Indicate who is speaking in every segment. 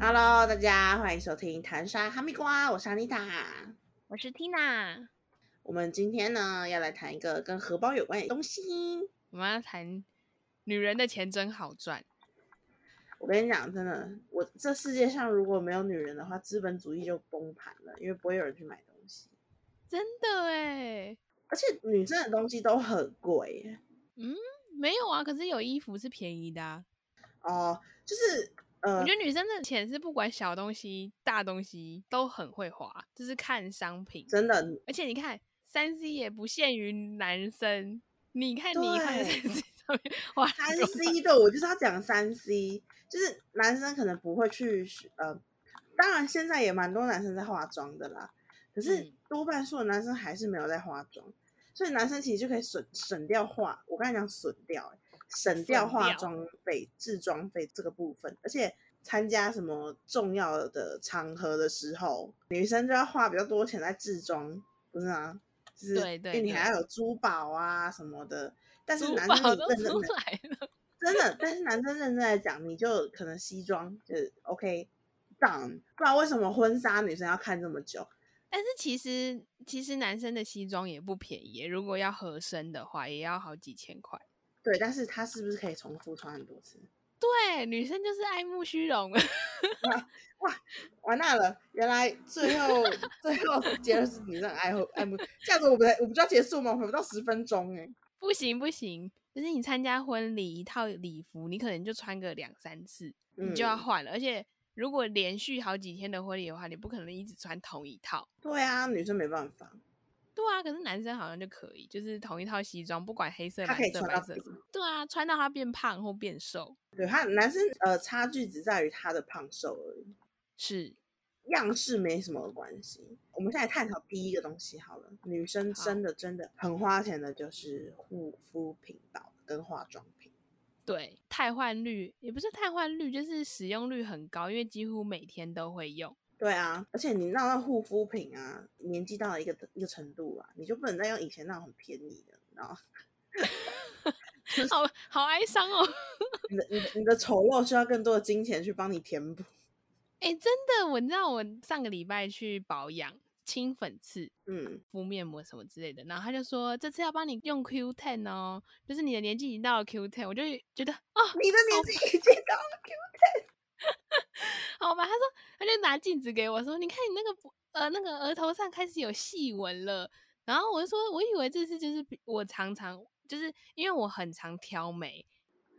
Speaker 1: Hello，大家欢迎收听《谈沙哈密瓜》，我是安妮塔。
Speaker 2: 我是 Tina，
Speaker 1: 我们今天呢要来谈一个跟荷包有关的东西。
Speaker 2: 我们要谈女人的钱真好赚。
Speaker 1: 我跟你讲，真的，我这世界上如果没有女人的话，资本主义就崩盘了，因为不会有人去买东西，
Speaker 2: 真的哎，
Speaker 1: 而且女生的东西都很贵耶
Speaker 2: 没有啊，可是有衣服是便宜的、啊。
Speaker 1: 哦，就是
Speaker 2: 我
Speaker 1: 呃
Speaker 2: 觉，得女生的钱是不管小东西、大东西都很会花，就是看商品。
Speaker 1: 真的
Speaker 2: 而且你看，三 C 也不限于男生，你看你看
Speaker 1: 对
Speaker 2: 三 C 上面哇，
Speaker 1: 三 C 对我就是要讲三 C，就是男生可能不会去呃，当然现在也蛮多男生在化妆的啦，可是
Speaker 2: 嗯
Speaker 1: 多半数的男生还是没有在化妆，所以男生其实就可以省省掉化，我刚才讲省掉欸、省掉
Speaker 2: 省
Speaker 1: 化
Speaker 2: 掉
Speaker 1: 妆费、制妆费这个部分，而且参加什么重要的场合的时候，女生就要花比较多钱在制装，不是吗？就是
Speaker 2: 对对
Speaker 1: 因为你还
Speaker 2: 对
Speaker 1: 要有珠宝啊什么的，但是
Speaker 2: 珠
Speaker 1: 男
Speaker 2: 宝
Speaker 1: 生
Speaker 2: 都
Speaker 1: 认真
Speaker 2: 出
Speaker 1: 的
Speaker 2: 来 了。
Speaker 1: 真的，但是男生认真来讲，你就可能西装就是 OK done，不然为什么婚纱女生要看这么久？
Speaker 2: 但是其实其实男生的西装也不便宜，如果要合身的话，也要好几千块。
Speaker 1: 对，但是她是不是可以重复穿很多次？
Speaker 2: 对，女生就是爱慕虚荣。
Speaker 1: 完蛋了，原来最后最后结论是你让爱慕爱慕，这样子我们我们就要结束吗？我们不到十分钟哎、
Speaker 2: 不行不行，就是你参加婚礼一套礼服，你可能就穿个两三次，你就要
Speaker 1: 嗯
Speaker 2: 换了。而且如果连续好几天的婚礼的话，你不可能一直穿同一套。
Speaker 1: 对啊，女生没办法，
Speaker 2: 对啊，可是男生好像就可以，就是同一套西装，不管黑色、
Speaker 1: 她
Speaker 2: 蓝
Speaker 1: 可以
Speaker 2: 色、
Speaker 1: 穿
Speaker 2: 白
Speaker 1: 到
Speaker 2: 色
Speaker 1: 底。。
Speaker 2: 对啊，穿到他变胖或变瘦，
Speaker 1: 对，她男生呃差距只在于她的胖瘦而已，
Speaker 2: 是
Speaker 1: 样式没什么关系。我们现在探讨第一个东西好了，女生
Speaker 2: 好
Speaker 1: 真的真的很花钱的，就是护肤品吧跟化妆品。
Speaker 2: 对汰换率也不是汰换率，就是使用率很高，因为几乎每天都会 用。
Speaker 1: 对啊，而且你那那护肤品啊，年纪到了一个一个程度啊，你就不能再用以前那种很便宜的，然后
Speaker 2: 好好哀伤哦。
Speaker 1: 你的你的你的丑陋需要更多的金钱去帮你填补。
Speaker 2: 哎、真的，我知道我上个礼拜去保养清粉刺，
Speaker 1: 嗯，
Speaker 2: 敷面膜什么之类的，然后他就说这次要帮你用 Q Ten 哦，就是你的年纪已经到了 Q Ten，我就觉得哦，
Speaker 1: 你的年纪已经到了 Q
Speaker 2: 好吧，他说他就拿镜子给我说，你看你那个不呃那个额头上开始有细纹了，然后我就说我以为这次就是比我常常就是因为我很常挑眉，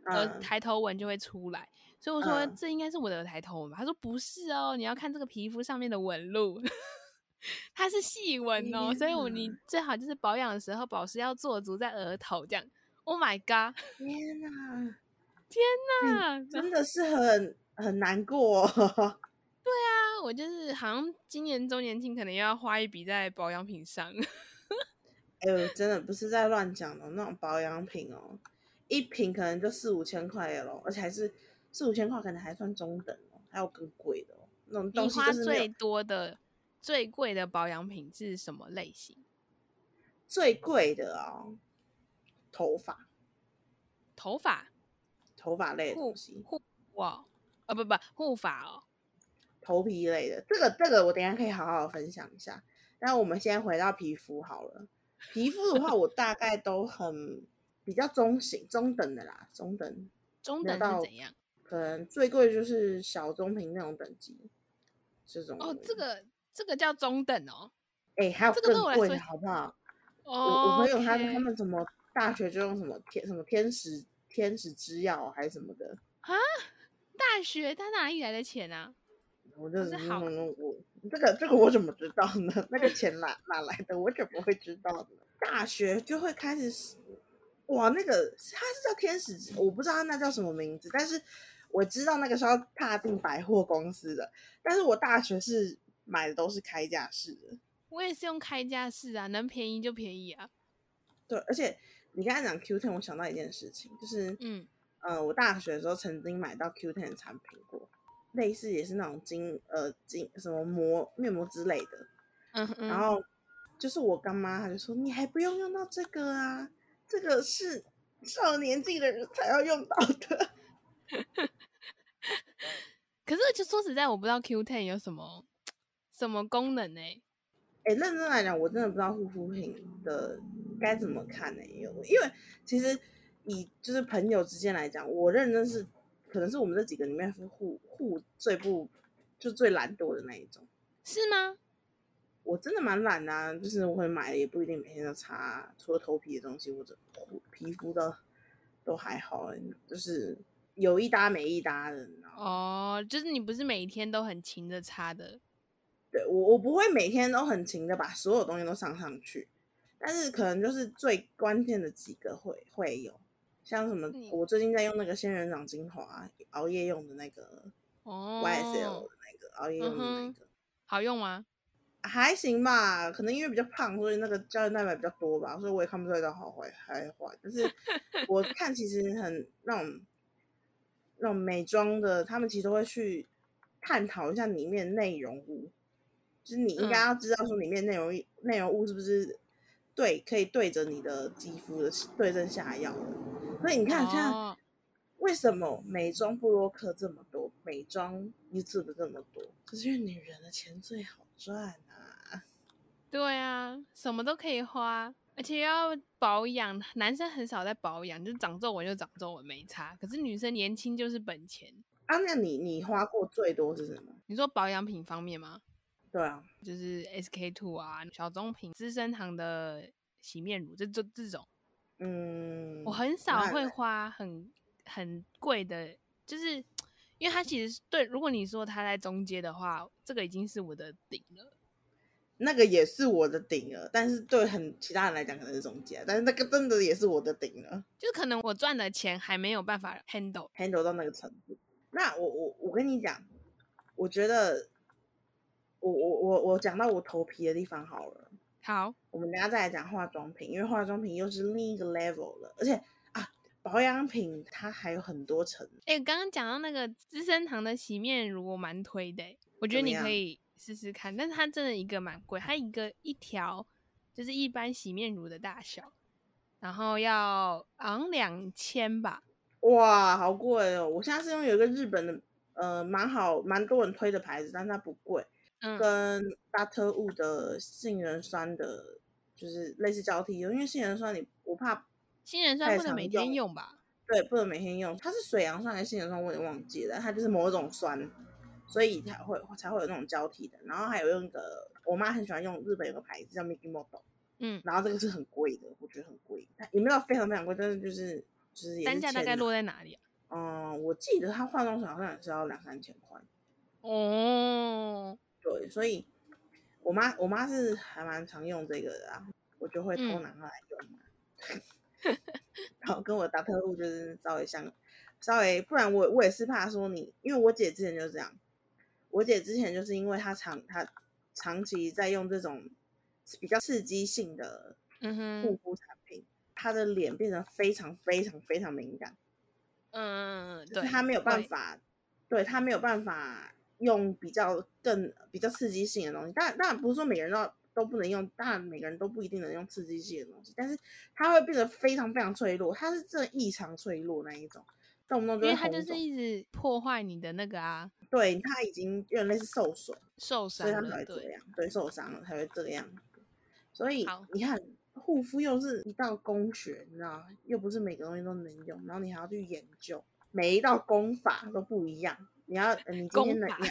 Speaker 2: 呃
Speaker 1: 嗯
Speaker 2: 抬头纹就会出来，所以我说、
Speaker 1: 嗯
Speaker 2: 这应该是我的抬头纹吧，他说不是哦，你要看这个皮肤上面的纹路。它是细纹哦，所以我你
Speaker 1: 天
Speaker 2: 最好就是保养的时候，保湿要做足在额头这样。Oh my god！
Speaker 1: 天哪，
Speaker 2: 那、然
Speaker 1: 嗯真的是很很难过、哦。
Speaker 2: 后我就是好像今年周年庆可能要花一笔在保养品上。
Speaker 1: 哎呦，真的不是在乱讲的，那种保养品哦，一瓶可能就四五千块了咯，而且还是四五千块，可能还算中等哦，还有更贵的哦。那种
Speaker 2: 你
Speaker 1: 东西
Speaker 2: 花
Speaker 1: 就是没有
Speaker 2: 最多的、最贵的保养品是什么类型？
Speaker 1: 最贵的哦，头发
Speaker 2: 头发
Speaker 1: 头发类的
Speaker 2: 护
Speaker 1: 东西，
Speaker 2: 护哇，呃不不护发哦，
Speaker 1: 头皮类的，这个这个我等一下可以好好分享一下。那我们先回到皮肤好了，皮肤的话我大概都很比较中型、中等的啦，中等，
Speaker 2: 中
Speaker 1: 没有
Speaker 2: 等
Speaker 1: 到
Speaker 2: 是怎样？
Speaker 1: 可能最贵就是小棕瓶那种等级，这种
Speaker 2: 哦，这个这个叫中等哦。
Speaker 1: 哎、还有
Speaker 2: 这个对
Speaker 1: 更
Speaker 2: 我来
Speaker 1: 贵
Speaker 2: 说
Speaker 1: 的，好不好？我我
Speaker 2: 哦，
Speaker 1: 朋友他他们怎么大学就用什么天什么天使天使之药还是什么的，
Speaker 2: 大学他哪里来的钱啊？
Speaker 1: 我就
Speaker 2: 可是好
Speaker 1: 嗯我这个这个我怎么知道呢？ 那个钱 哪哪来的？我怎么会知道呢？大学就会开始使，哇，那个它是叫天使之，我不知道它那叫什么名字，但是我知道那个时候踏进百货公司的，但是我大学是买的都是开架式的。
Speaker 2: 我也是用开架式啊，能便宜就便宜啊。
Speaker 1: 对，而且你刚才讲 Q Ten，我想到一件事情，就是
Speaker 2: 嗯，
Speaker 1: 呃，我大学的时候曾经买到 Q Ten 的产品过，类似也是那种精呃精什么膜面膜之类的，
Speaker 2: 嗯哼
Speaker 1: 然后就是我干妈她就说你还不用用到这个啊，这个是 上了年纪的人才要用到的。
Speaker 2: 可是就说实在，我不知道 Q Ten 有什么什么功能呢、
Speaker 1: 哎、认真来讲，我真的不知道护肤品的该怎么看呢、因为因为其实以就是朋友之间来讲，我认真是可能是我们这几个里面护护最不就最懒惰的那一种。
Speaker 2: 是吗？
Speaker 1: 我真的蛮懒的、啊，就是我会买，也不一定每天都擦啊，除了头皮的东西，或者护皮肤的都还好，就是有一搭没一搭的，你知道吗？
Speaker 2: 哦，就是你不是每天都很勤着擦的，
Speaker 1: 对我我不会每天都很勤的把所有东西都上上去，但是可能就是最关键的几个会会有，像什么
Speaker 2: 嗯
Speaker 1: 我最近在用那个仙人掌精华，熬夜用的那个
Speaker 2: 哦
Speaker 1: YSL 的那个、熬夜用的那
Speaker 2: 嗯哼
Speaker 1: 个、
Speaker 2: 好用吗？
Speaker 1: 还行吧，可能因为比较胖，所以那个胶原蛋白比较多吧，所以我也看不出来到好坏还坏，但是我看其实很那种那种美妆的，他们其实都会去探讨一下里面的内容物，就是你应该
Speaker 2: 嗯
Speaker 1: 要知道说里面内容一内容物是不是对可以对着你的肌肤的对症下药的。所以你看，像
Speaker 2: 哦，
Speaker 1: 为什么美妆布洛克这么多，美妆 YouTube 这么多，就是因为女人的钱最好赚啊。
Speaker 2: 对啊，什么都可以花，而且要保养，男生很少在保养，就长皱纹就长皱纹没差，可是女生年轻就是本钱。
Speaker 1: 啊，那你你花过最多是什么？
Speaker 2: 你说保养品方面吗？
Speaker 1: 对啊，
Speaker 2: 就是 SK two 啊，小棕瓶、资生堂的洗面乳，这这这种，
Speaker 1: 嗯，
Speaker 2: 我很少
Speaker 1: 那
Speaker 2: 会花很很贵的，就是因为它其实是对，如果你说它在中间的话，这个已经是我的顶了。
Speaker 1: 那个也是我的顶了，但是对很其他人来讲可能是中介，但是那个真的也是我的顶了。
Speaker 2: 就可能我赚的钱还没有办法 handle，
Speaker 1: handle 到那个程度。那我我我跟你讲，我觉得我我我我讲到我头皮的地方好了，
Speaker 2: 好，
Speaker 1: 我们等一下再来讲化妆品，因为化妆品又是另一个 level 了，而且啊，保养品它还有很多层。
Speaker 2: 哎、刚刚讲到那个资生堂的洗面乳，我蛮推的欸、我觉得
Speaker 1: 怎么
Speaker 2: 你可
Speaker 1: 样
Speaker 2: 以试试看，但是它真的一个蛮贵，它一个一条就是一般洗面乳的大小，然后要好像两千吧，
Speaker 1: 哇，好贵哦！我现在是用有一个日本的，呃，蛮好，蛮多人推的牌子，但它不贵，
Speaker 2: 嗯，
Speaker 1: 跟大特务的杏仁酸的，就是类似交替用，因为杏仁酸你我怕
Speaker 2: 杏仁酸
Speaker 1: 太
Speaker 2: 不能
Speaker 1: 常
Speaker 2: 每天
Speaker 1: 用
Speaker 2: 用吧？
Speaker 1: 对，不能每天用。它是水杨酸还是杏仁酸，我也忘记了。它就是某种酸，所以才会才会有那种交替的。然后还有用一个，我妈很喜欢用日本有个牌子叫 Miki Moto，
Speaker 2: 嗯，
Speaker 1: 然后这个是很贵的，我觉得很贵，它也没有到非常非常贵，但是就是就是也
Speaker 2: 单
Speaker 1: 是
Speaker 2: 价大
Speaker 1: 千
Speaker 2: 概
Speaker 1: 呐
Speaker 2: 落在哪里啊？
Speaker 1: 嗯，我记得它化妆水好像也是要两三千块。
Speaker 2: 哦，
Speaker 1: 对，所以我妈我妈是还蛮常用这个的啊，我就会偷
Speaker 2: 嗯
Speaker 1: 拿它来用嘛。 然后跟我打特务就是稍微像，稍微不然我我也是怕说你，因为我姐之前就这样，我姐之前就是因为她长她长期在用这种比较刺激性的
Speaker 2: 嗯
Speaker 1: 护
Speaker 2: 哼，
Speaker 1: 肤产品，她的脸变得非常非常非常敏感。
Speaker 2: 嗯，
Speaker 1: 就
Speaker 2: 对，
Speaker 1: 是他没有办
Speaker 2: 会，
Speaker 1: 法，对他没有办法用比较更比较刺激性的东西。当然，当然不是说每个人都都不能用，当然每个人都不一定能用刺激性的东西，但是他会变得非常非常脆弱，他是真的异常脆弱那一种，动不动
Speaker 2: 因
Speaker 1: 就
Speaker 2: 为
Speaker 1: 会
Speaker 2: 它就
Speaker 1: 红
Speaker 2: 是
Speaker 1: 肿。
Speaker 2: 一直破坏你的那个啊
Speaker 1: 对他已经有点类似受损，
Speaker 2: 受
Speaker 1: 所以他
Speaker 2: 伤
Speaker 1: 才
Speaker 2: 了，
Speaker 1: 会这
Speaker 2: 对，
Speaker 1: 样，对，受伤了才会这样。所以
Speaker 2: 好
Speaker 1: 你看，护肤又是一道工学，你知道吗，又不是每个东西都能用，然后你还要去研究，每一道功法都不一样。你要，呃你今
Speaker 2: 功
Speaker 1: 天的，
Speaker 2: 法
Speaker 1: 你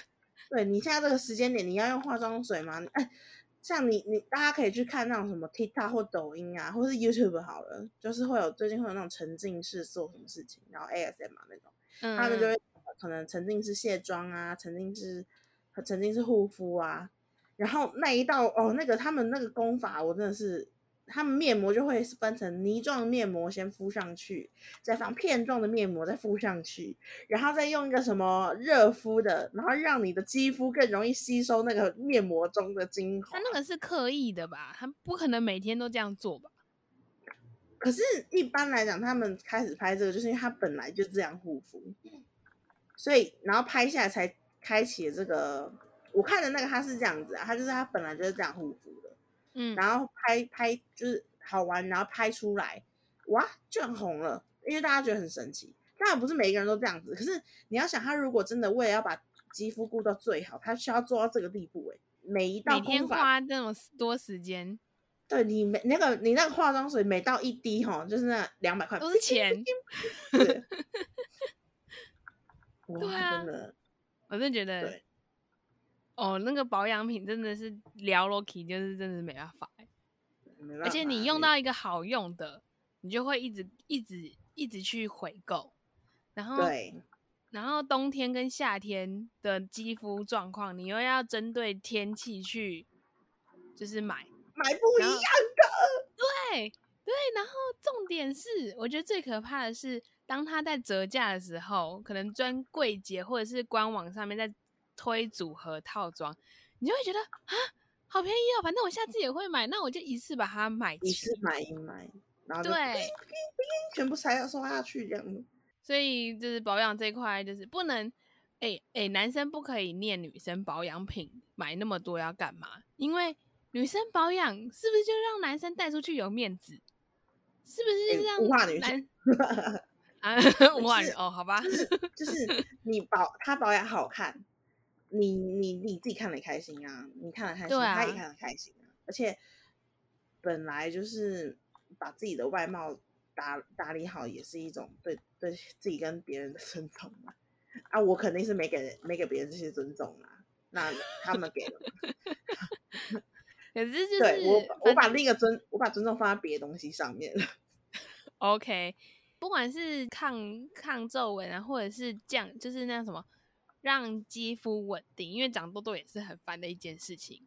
Speaker 1: 对你现在这个时间点，你要用化妆水吗？哎，像你你大家可以去看那种什么 TikTok 或抖音啊，或是 YouTube 好了，就是会有最近会有那种沉浸式做什么事情，然后 ASM 啊那种。
Speaker 2: 嗯，
Speaker 1: 他们就
Speaker 2: 嗯
Speaker 1: 会可能沉浸式卸妆啊，沉浸式沉浸式护肤啊，然后那一道哦，那个他们那个功法，我真的是。他们面膜就会分成泥状面膜先敷上去，再放片状的面膜再敷上去，然后再用一个什么热敷的，然后让你的肌肤更容易吸收那个面膜中的精华。
Speaker 2: 它那个是刻意的吧？它不可能每天都这样做吧？
Speaker 1: 可是，一般来讲，他们开始拍这个，就是因为他本来就这样护肤，
Speaker 2: 嗯
Speaker 1: 所以然后拍下来才开启了这个。我看的那个他是这样子啊，他就是他本来就是这样护肤的，
Speaker 2: 嗯，
Speaker 1: 然后拍拍就是好玩，然后拍出来，哇，就很红了，因为大家觉得很神奇。当然不是每一个人都这样子，可是你要想，他如果真的为了要把肌肤顾到最好，他需要做到这个地步、欸。哎，每一道
Speaker 2: 每天
Speaker 1: 空法
Speaker 2: 花这种多时间
Speaker 1: 对你每那个你那个化妆水每到一滴哈，就是那两百块
Speaker 2: 都是钱，
Speaker 1: 对哇，
Speaker 2: 对啊
Speaker 1: 真的
Speaker 2: 我真的觉得
Speaker 1: 对，
Speaker 2: 哦，那个保养品真的是聊 Loki 就是真的是没办法欸、
Speaker 1: 没办
Speaker 2: 而且
Speaker 1: 法啊
Speaker 2: 你用到一个好用的，你就会一直一直一直去回购，然后
Speaker 1: 对
Speaker 2: 然后冬天跟夏天的肌肤状况，你又要针对天气去就是买，
Speaker 1: 买不一
Speaker 2: 然后
Speaker 1: 样，
Speaker 2: 对对，然后重点是，我觉得最可怕的是，当它在折价的时候，可能专柜节或者是官网上面在推组合套装，你就会觉得啊，好便宜哦，反正我下次也会买，那我就一次把它买
Speaker 1: 你
Speaker 2: 齐
Speaker 1: 是。买一买，然后就
Speaker 2: 对，
Speaker 1: 全部塞要刷下去这样子。
Speaker 2: 所以就是保养这一块，就是不能，哎、哎、男生不可以念女生保养品买那么多要干嘛？因为女生保养是不是就让男生带出去有面子？是不
Speaker 1: 哎
Speaker 2: 是让
Speaker 1: 物化女
Speaker 2: 男
Speaker 1: 性
Speaker 2: 啊， 五万
Speaker 1: 是
Speaker 2: 人哦，好吧，
Speaker 1: 就是 就是你保他保养好看，你你你自己看得开心啊，你看得开心，
Speaker 2: 对
Speaker 1: 他也
Speaker 2: 啊
Speaker 1: 看得开心啊。而且本来就是把自己的外貌打打理好，也是一种对对自己跟别人的尊重啊。啊，我肯定是没给人没给别人这些尊重啊，那他们给了嘛，
Speaker 2: 可是就是
Speaker 1: 对我把我
Speaker 2: 反
Speaker 1: 把另一个尊我把尊重放在别的东西上面了，
Speaker 2: OK，不管是抗抗皱纹啊，或者是降，就是那什么，让肌肤稳定，因为长痘痘也是很烦的一件事情。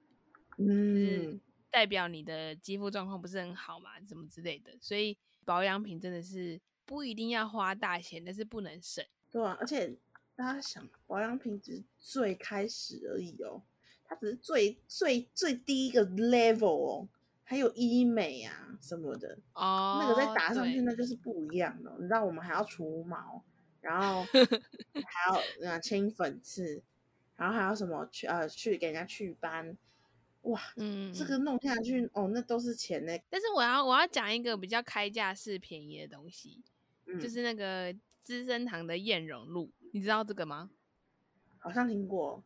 Speaker 1: 嗯，
Speaker 2: 代表你的肌肤状况不是很好嘛，什么之类的。所以保养品真的是不一定要花大钱，但是不能省。
Speaker 1: 对啊，而且大家想，保养品只是最开始而已哦，它只是最最最低一个 level 哦，还有医美啊什么的，
Speaker 2: 哦，
Speaker 1: 那个再打上
Speaker 2: 对
Speaker 1: 去那就是不一样的哦、你知道我们还要除毛，然 后还要呃清粉刺，然后还要什么去呃去给人家祛斑，哇，
Speaker 2: 嗯，
Speaker 1: 这个
Speaker 2: 嗯。
Speaker 1: 弄下去哦，那都是钱呢、
Speaker 2: 但是我要我要讲一个比较开价是便宜的东西，
Speaker 1: 嗯，
Speaker 2: 就是那个资生堂的燕绒露，你知道这个吗？
Speaker 1: 好像听过，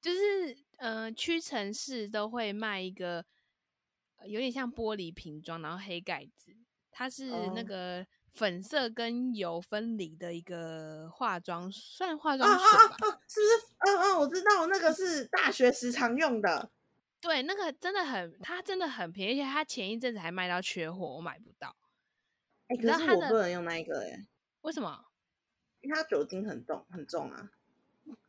Speaker 2: 就是呃，屈臣氏都会卖一个呃有点像玻璃瓶装，然后黑盖子，它是那
Speaker 1: 哦
Speaker 2: 个粉色跟油分离的一个化妆，算化
Speaker 1: 啊
Speaker 2: 妆
Speaker 1: 啊
Speaker 2: 水吧。
Speaker 1: 啊啊，是不是？嗯嗯，我知道那个是大学时常用的。
Speaker 2: 对，那个真的很，它真的很便宜，而且它前一阵子还卖到缺货，我买不到。
Speaker 1: 哎、
Speaker 2: 知
Speaker 1: 可
Speaker 2: 道它
Speaker 1: 是我
Speaker 2: 的
Speaker 1: 不能用那一个哎、
Speaker 2: 为什么？
Speaker 1: 因为它酒精很重很重啊。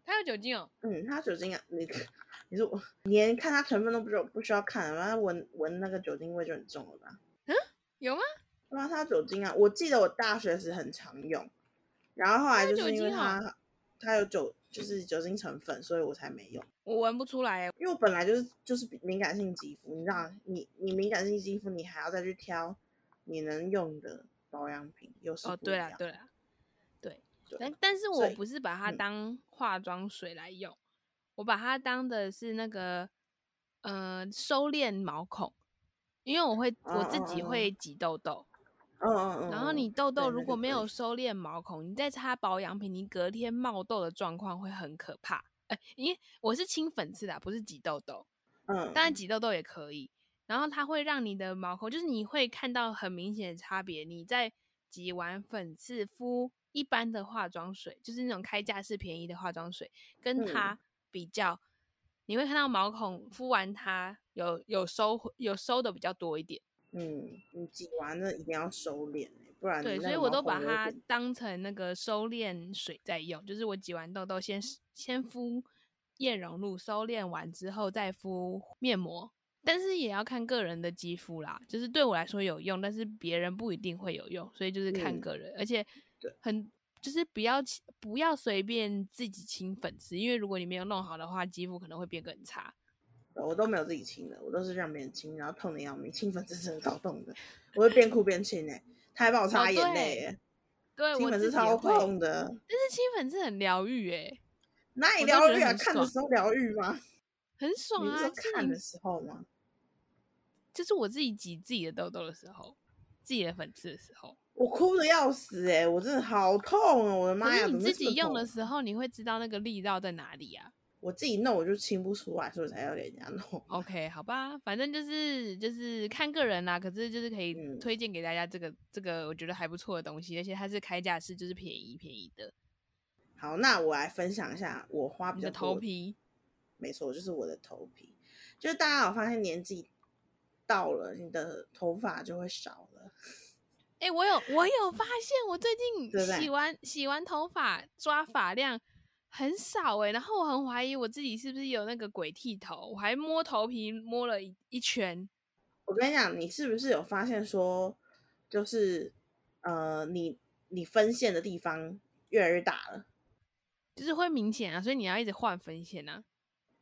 Speaker 2: 它有酒精哦。
Speaker 1: 嗯，它酒精啊，你 你说我连看它成分都不需要不需要看，然后闻闻那个酒精味就很重了吧？
Speaker 2: 嗯有吗？
Speaker 1: 对啊，它有酒精啊，我记得我大学时很常用，然后后来
Speaker 2: 有
Speaker 1: 就是
Speaker 2: 酒
Speaker 1: 因为
Speaker 2: 精
Speaker 1: 它
Speaker 2: 哦
Speaker 1: 它有酒就是酒精成分，所以我才没用。
Speaker 2: 我闻不出来欸。
Speaker 1: 因为我本来就是就是比敏感性肌肤，你知道，你你敏感性肌肤，你还要再去挑你能用的保养品，又是
Speaker 2: 哦，
Speaker 1: 不
Speaker 2: 对
Speaker 1: 一
Speaker 2: 啦，
Speaker 1: 样
Speaker 2: 对啦，对。
Speaker 1: 对
Speaker 2: 但但是
Speaker 1: 所
Speaker 2: 我
Speaker 1: 以
Speaker 2: 不是把它
Speaker 1: 嗯
Speaker 2: 当化妆水来用，我把它当的是那个呃收敛毛孔，因为我会我
Speaker 1: 哦
Speaker 2: 自
Speaker 1: 哦
Speaker 2: 己
Speaker 1: 哦
Speaker 2: 会挤痘痘，
Speaker 1: 嗯嗯嗯。
Speaker 2: 然后
Speaker 1: 嗯
Speaker 2: 你痘痘
Speaker 1: 对
Speaker 2: 如
Speaker 1: 那
Speaker 2: 果
Speaker 1: 个
Speaker 2: 没
Speaker 1: 可以
Speaker 2: 有收敛毛孔，你再擦保养品，你隔天冒痘的状况会很可怕。哎、因为我是清粉刺的，不是挤痘痘。
Speaker 1: 嗯，
Speaker 2: 当然挤痘痘也可以。然后它会让你的毛孔，就是你会看到很明显的差别。你在挤完粉刺敷一般的化妆水，就是那种开价是便宜的化妆水，跟
Speaker 1: 嗯
Speaker 2: 它比较，你会看到毛孔敷完它有有收回有收的比较多一点。
Speaker 1: 嗯，你挤完了一定要收敛、欸，不然
Speaker 2: 对，
Speaker 1: 你
Speaker 2: 所
Speaker 1: 那
Speaker 2: 以
Speaker 1: 个
Speaker 2: 我
Speaker 1: 毛
Speaker 2: 都
Speaker 1: 孔
Speaker 2: 把
Speaker 1: 有
Speaker 2: 它
Speaker 1: 点
Speaker 2: 当成那个收敛水在用，就是我挤完痘痘
Speaker 1: 嗯
Speaker 2: 先先敷燕绒露，收敛完之后再敷面膜。但是也要看个人的肌肤啦，就是对我来说有用，但是别人不一定会有用，所以就是看
Speaker 1: 嗯
Speaker 2: 个人，而且
Speaker 1: 对
Speaker 2: 很就是不要轻不要随便自己清粉刺，因为如果你没有弄好的话，肌肤可能会变更差。
Speaker 1: 对我都没有自己清的，我都是让别人清，然后痛的要命，清粉刺真的超痛的，我会边哭边亲哎、他还帮我擦眼泪、欸，
Speaker 2: 哦对
Speaker 1: 清
Speaker 2: 我
Speaker 1: 粉
Speaker 2: 自
Speaker 1: 刺
Speaker 2: 己也
Speaker 1: 超
Speaker 2: 会，
Speaker 1: 痛的，
Speaker 2: 但是清粉刺很疗愈欸诶，
Speaker 1: 哪里
Speaker 2: 我都
Speaker 1: 疗
Speaker 2: 觉得
Speaker 1: 愈啊？
Speaker 2: 很
Speaker 1: 看的
Speaker 2: 爽
Speaker 1: 时候疗愈吗？
Speaker 2: 很爽
Speaker 1: 你是
Speaker 2: 啊！
Speaker 1: 说
Speaker 2: 就是
Speaker 1: 看
Speaker 2: 你
Speaker 1: 的时候吗？
Speaker 2: 就是我自己挤自己的痘痘的时候，自己的粉刺的时候，
Speaker 1: 我哭的要死哎、我真的好痛哦！我的
Speaker 2: 可
Speaker 1: 妈呀，
Speaker 2: 是
Speaker 1: 怎
Speaker 2: 你
Speaker 1: 么
Speaker 2: 自
Speaker 1: 这么
Speaker 2: 己用
Speaker 1: 痛啊
Speaker 2: 的时候，你会知道那个力道在哪里啊
Speaker 1: 我自己弄我就清不出来，所以我才要给人家弄。
Speaker 2: ？OK，好吧，反正就是就是看个人啦。可是就是可以
Speaker 1: 嗯
Speaker 2: 推荐给大家这个、这个，我觉得还不错的东西，而且它是开价式，就是便宜便宜的。
Speaker 1: 好，那我来分享一下我花比
Speaker 2: 你
Speaker 1: 较
Speaker 2: 的
Speaker 1: 多
Speaker 2: 头，皮，
Speaker 1: 没错，就是我的头皮。就是大家有发现年纪到了，你的头发就会少了。
Speaker 2: 哎、我有我有发现，我最
Speaker 1: 对不
Speaker 2: 近
Speaker 1: 对
Speaker 2: 洗完洗完头发抓发量很少哎、然后我很怀疑我自己是不是有那个鬼剃头，我还摸头皮摸了一一圈。
Speaker 1: 我跟你讲，你是不是有发现说，就是呃，你你分线的地方越来越大了？
Speaker 2: 就是会明显啊，所以你要一直换分线啊。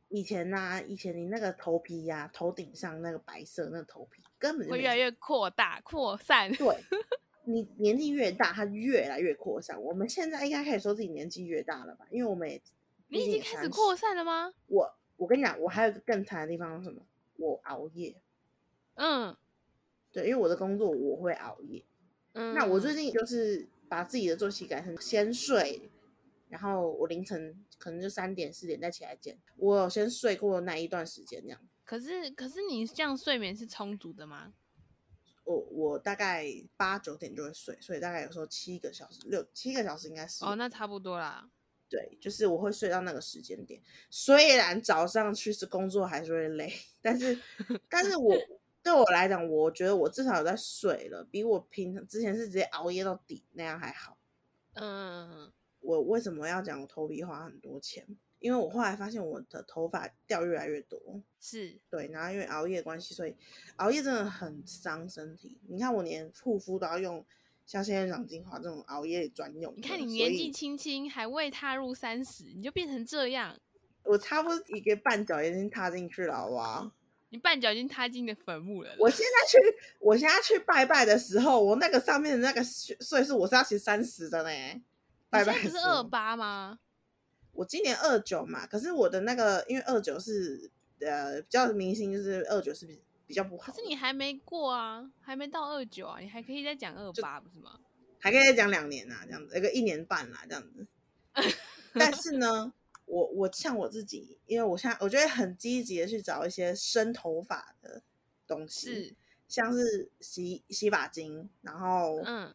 Speaker 1: 以前呐、以前你那个头皮呀、头顶上那个白色那个头皮，根本就
Speaker 2: 会
Speaker 1: 没
Speaker 2: 越来
Speaker 1: 什
Speaker 2: 越扩大、扩散。
Speaker 1: 对，你年纪越大，它越来越扩散。我们现在应该可以说自己年纪越大了吧？因为我们也
Speaker 2: 你已经开始扩。散了吗？
Speaker 1: 毕竟也30我我跟你讲，我还有一个更惨的地方是什么？我熬夜。
Speaker 2: 嗯
Speaker 1: 对，因为我的工作我会熬夜。
Speaker 2: 嗯。
Speaker 1: 那我最近就是把自己的作息改成先睡，然后我凌晨可能就三点四点再起来剪。我有先睡过那一段时间这样。
Speaker 2: 可是可是你这样睡眠是充足的吗？
Speaker 1: 我我大概八九点就会睡，所以大概有时候七个小时、六七个小时应该是
Speaker 2: 哦，那差不多啦。
Speaker 1: 对，就是我会睡到那个时间点。虽然早上去是工作还是会累，但 是但是我对我来讲，我觉得我至少有在睡了，比我平常之前是直接熬夜到底那样还好。
Speaker 2: 嗯，
Speaker 1: 我为什么要讲我头皮花很多钱？因为我后来发现我的头发掉越来越多，
Speaker 2: 是
Speaker 1: 对，然后因为熬夜的关系，所以熬夜真的很伤身体。你看我连护肤都要用像仙人掌精华这种熬夜专用的，
Speaker 2: 你看你
Speaker 1: 啊所
Speaker 2: 年
Speaker 1: 以
Speaker 2: 纪轻轻还未踏入三十，你就变成这样，
Speaker 1: 我差不多一个绊脚已经踏进去了，好不好？
Speaker 2: 你绊脚已经踏进你的坟墓了啦。
Speaker 1: 我现在去，我现在去拜拜的时候，我那个上面的那个岁岁数，我是要写三十的呢。拜拜
Speaker 2: 你现在不
Speaker 1: 的
Speaker 2: 是
Speaker 1: 时候
Speaker 2: 二八吗？
Speaker 1: 我今年二九嘛，可是我的那个，因为二九是呃比较明星，就是二九是比比较不好的。
Speaker 2: 可是你还没过啊，还没到二九啊，你还可以再讲二八不是吗？
Speaker 1: 还可以再讲两年啊，这样子，一个一年半啊啦，这样 子。但是呢，我我像我自己，因为我现在我就会很积极的去找一些生头发的东西，
Speaker 2: 是，
Speaker 1: 像是洗洗发精，然后
Speaker 2: 嗯，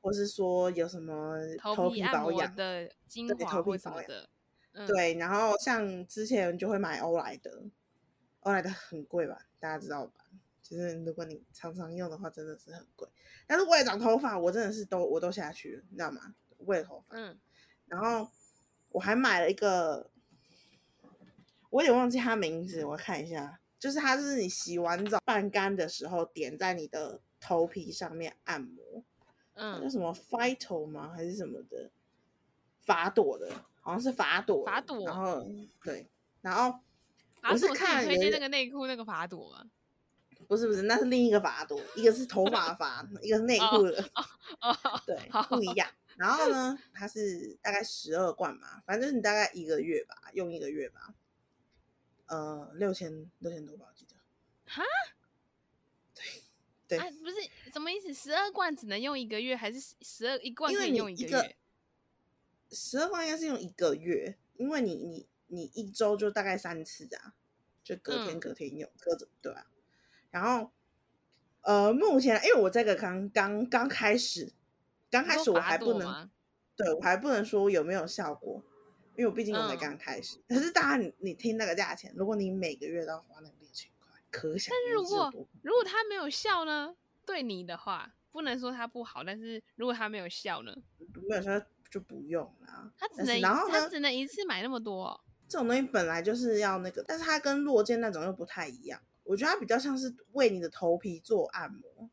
Speaker 1: 或是说有什么
Speaker 2: 头皮按
Speaker 1: 保
Speaker 2: 摩
Speaker 1: 养，
Speaker 2: 的精
Speaker 1: 对
Speaker 2: 华
Speaker 1: 头皮
Speaker 2: 或什
Speaker 1: 保
Speaker 2: 么
Speaker 1: 养
Speaker 2: 的，嗯，
Speaker 1: 对，然后像之前就会买欧莱德，欧莱德很贵吧，大家知道吧？就是如果你常常用的话，真的是很贵。但是为了长头发，我真的是都我都下去了，你知道吗？为了头发，
Speaker 2: 嗯，
Speaker 1: 然后我还买了一个，我有点忘记它名字，我看一下，就是它是你洗完澡半干的时候点在你的头皮上面按摩，它叫
Speaker 2: 嗯，
Speaker 1: 什么 Fito 吗？还是什么的？法朵的，好像是法朵的，
Speaker 2: 法朵
Speaker 1: 然后对，然后
Speaker 2: 法
Speaker 1: 我
Speaker 2: 朵
Speaker 1: 是
Speaker 2: 是
Speaker 1: 看
Speaker 2: 你推
Speaker 1: 有
Speaker 2: 荐
Speaker 1: 一
Speaker 2: 那个内裤那个法朵 吗？
Speaker 1: 不是不是，那是另一个法朵，一个是头发的 发，一个是内裤的。
Speaker 2: 哦，
Speaker 1: 对
Speaker 2: 好，
Speaker 1: 不一 样。然后呢，它是大概十二罐嘛，反正你大概一个月吧，用一个月吧，呃，六千六千多吧，我记得。
Speaker 2: 哈？
Speaker 1: 对
Speaker 2: 啊，不是什么意思？十二罐只能用一个月，还是十二一罐
Speaker 1: 因
Speaker 2: 可
Speaker 1: 为
Speaker 2: 以
Speaker 1: 你
Speaker 2: 用
Speaker 1: 一
Speaker 2: 个
Speaker 1: 个
Speaker 2: 月？
Speaker 1: 十二罐应该是用一个月，因为你你你一周就大概三次啊，就隔天
Speaker 2: 嗯
Speaker 1: 隔天用，隔着对吧、然后呃，目前因为我这个刚刚刚开始，刚
Speaker 2: 你
Speaker 1: 开
Speaker 2: 说
Speaker 1: 始我
Speaker 2: 法
Speaker 1: 还不
Speaker 2: 朵
Speaker 1: 能
Speaker 2: 吗
Speaker 1: 对我还不能说有没有效果，因为我毕竟我才
Speaker 2: 嗯
Speaker 1: 刚开始。可是大家你你听那个价钱，如果你每个月都要花那个六千块，可想
Speaker 2: 但是如
Speaker 1: 而知有
Speaker 2: 果
Speaker 1: 多
Speaker 2: 如果它没有效呢？对你的话，不能说它不好，但是如果它没有效呢？
Speaker 1: 没有说就不用啦。
Speaker 2: 它只
Speaker 1: 但是
Speaker 2: 能一
Speaker 1: 然后
Speaker 2: 它
Speaker 1: 呢，
Speaker 2: 只能一次买那么多哦、
Speaker 1: 这种东西本来就是要那个，但是它跟落肩那种又不太一样。我觉得它比较像是为你的头皮做按摩，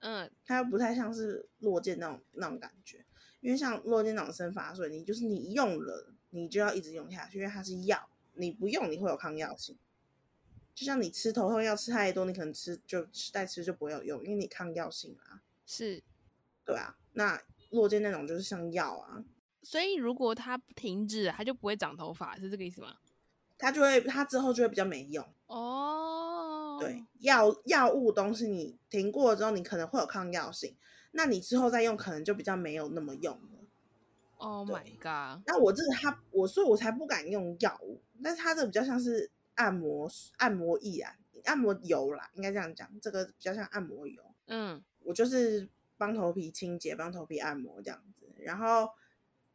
Speaker 2: 嗯，
Speaker 1: 它又不太像是落肩那种那种感觉。因为像落肩那种生发水，你就是你用了，你就要一直用下去，因为它是药，你不用你会有抗药性。就像你吃头痛药吃太多，你可能吃就吃再吃就不会有用，因为你抗药性啊，
Speaker 2: 是。
Speaker 1: 对啊。那落肩那种就是像药啊，
Speaker 2: 所以如果它停止了，它就不会长头发，是这个意思吗？
Speaker 1: 它就会它之后就会比较没用。
Speaker 2: 哦，
Speaker 1: 对，药药物东西你停过了之后，你可能会有抗药性，那你之后再用可能就比较没有那么用了。
Speaker 2: ，Oh my
Speaker 1: 对
Speaker 2: god，
Speaker 1: 那我这个它，我所以我才不敢用药物，但是它这个比较像是按摩按摩液啊，按摩油啦，应该这样讲，这个比较像按摩油。
Speaker 2: 嗯
Speaker 1: 我就是帮头皮清洁、帮头皮按摩这样子。然后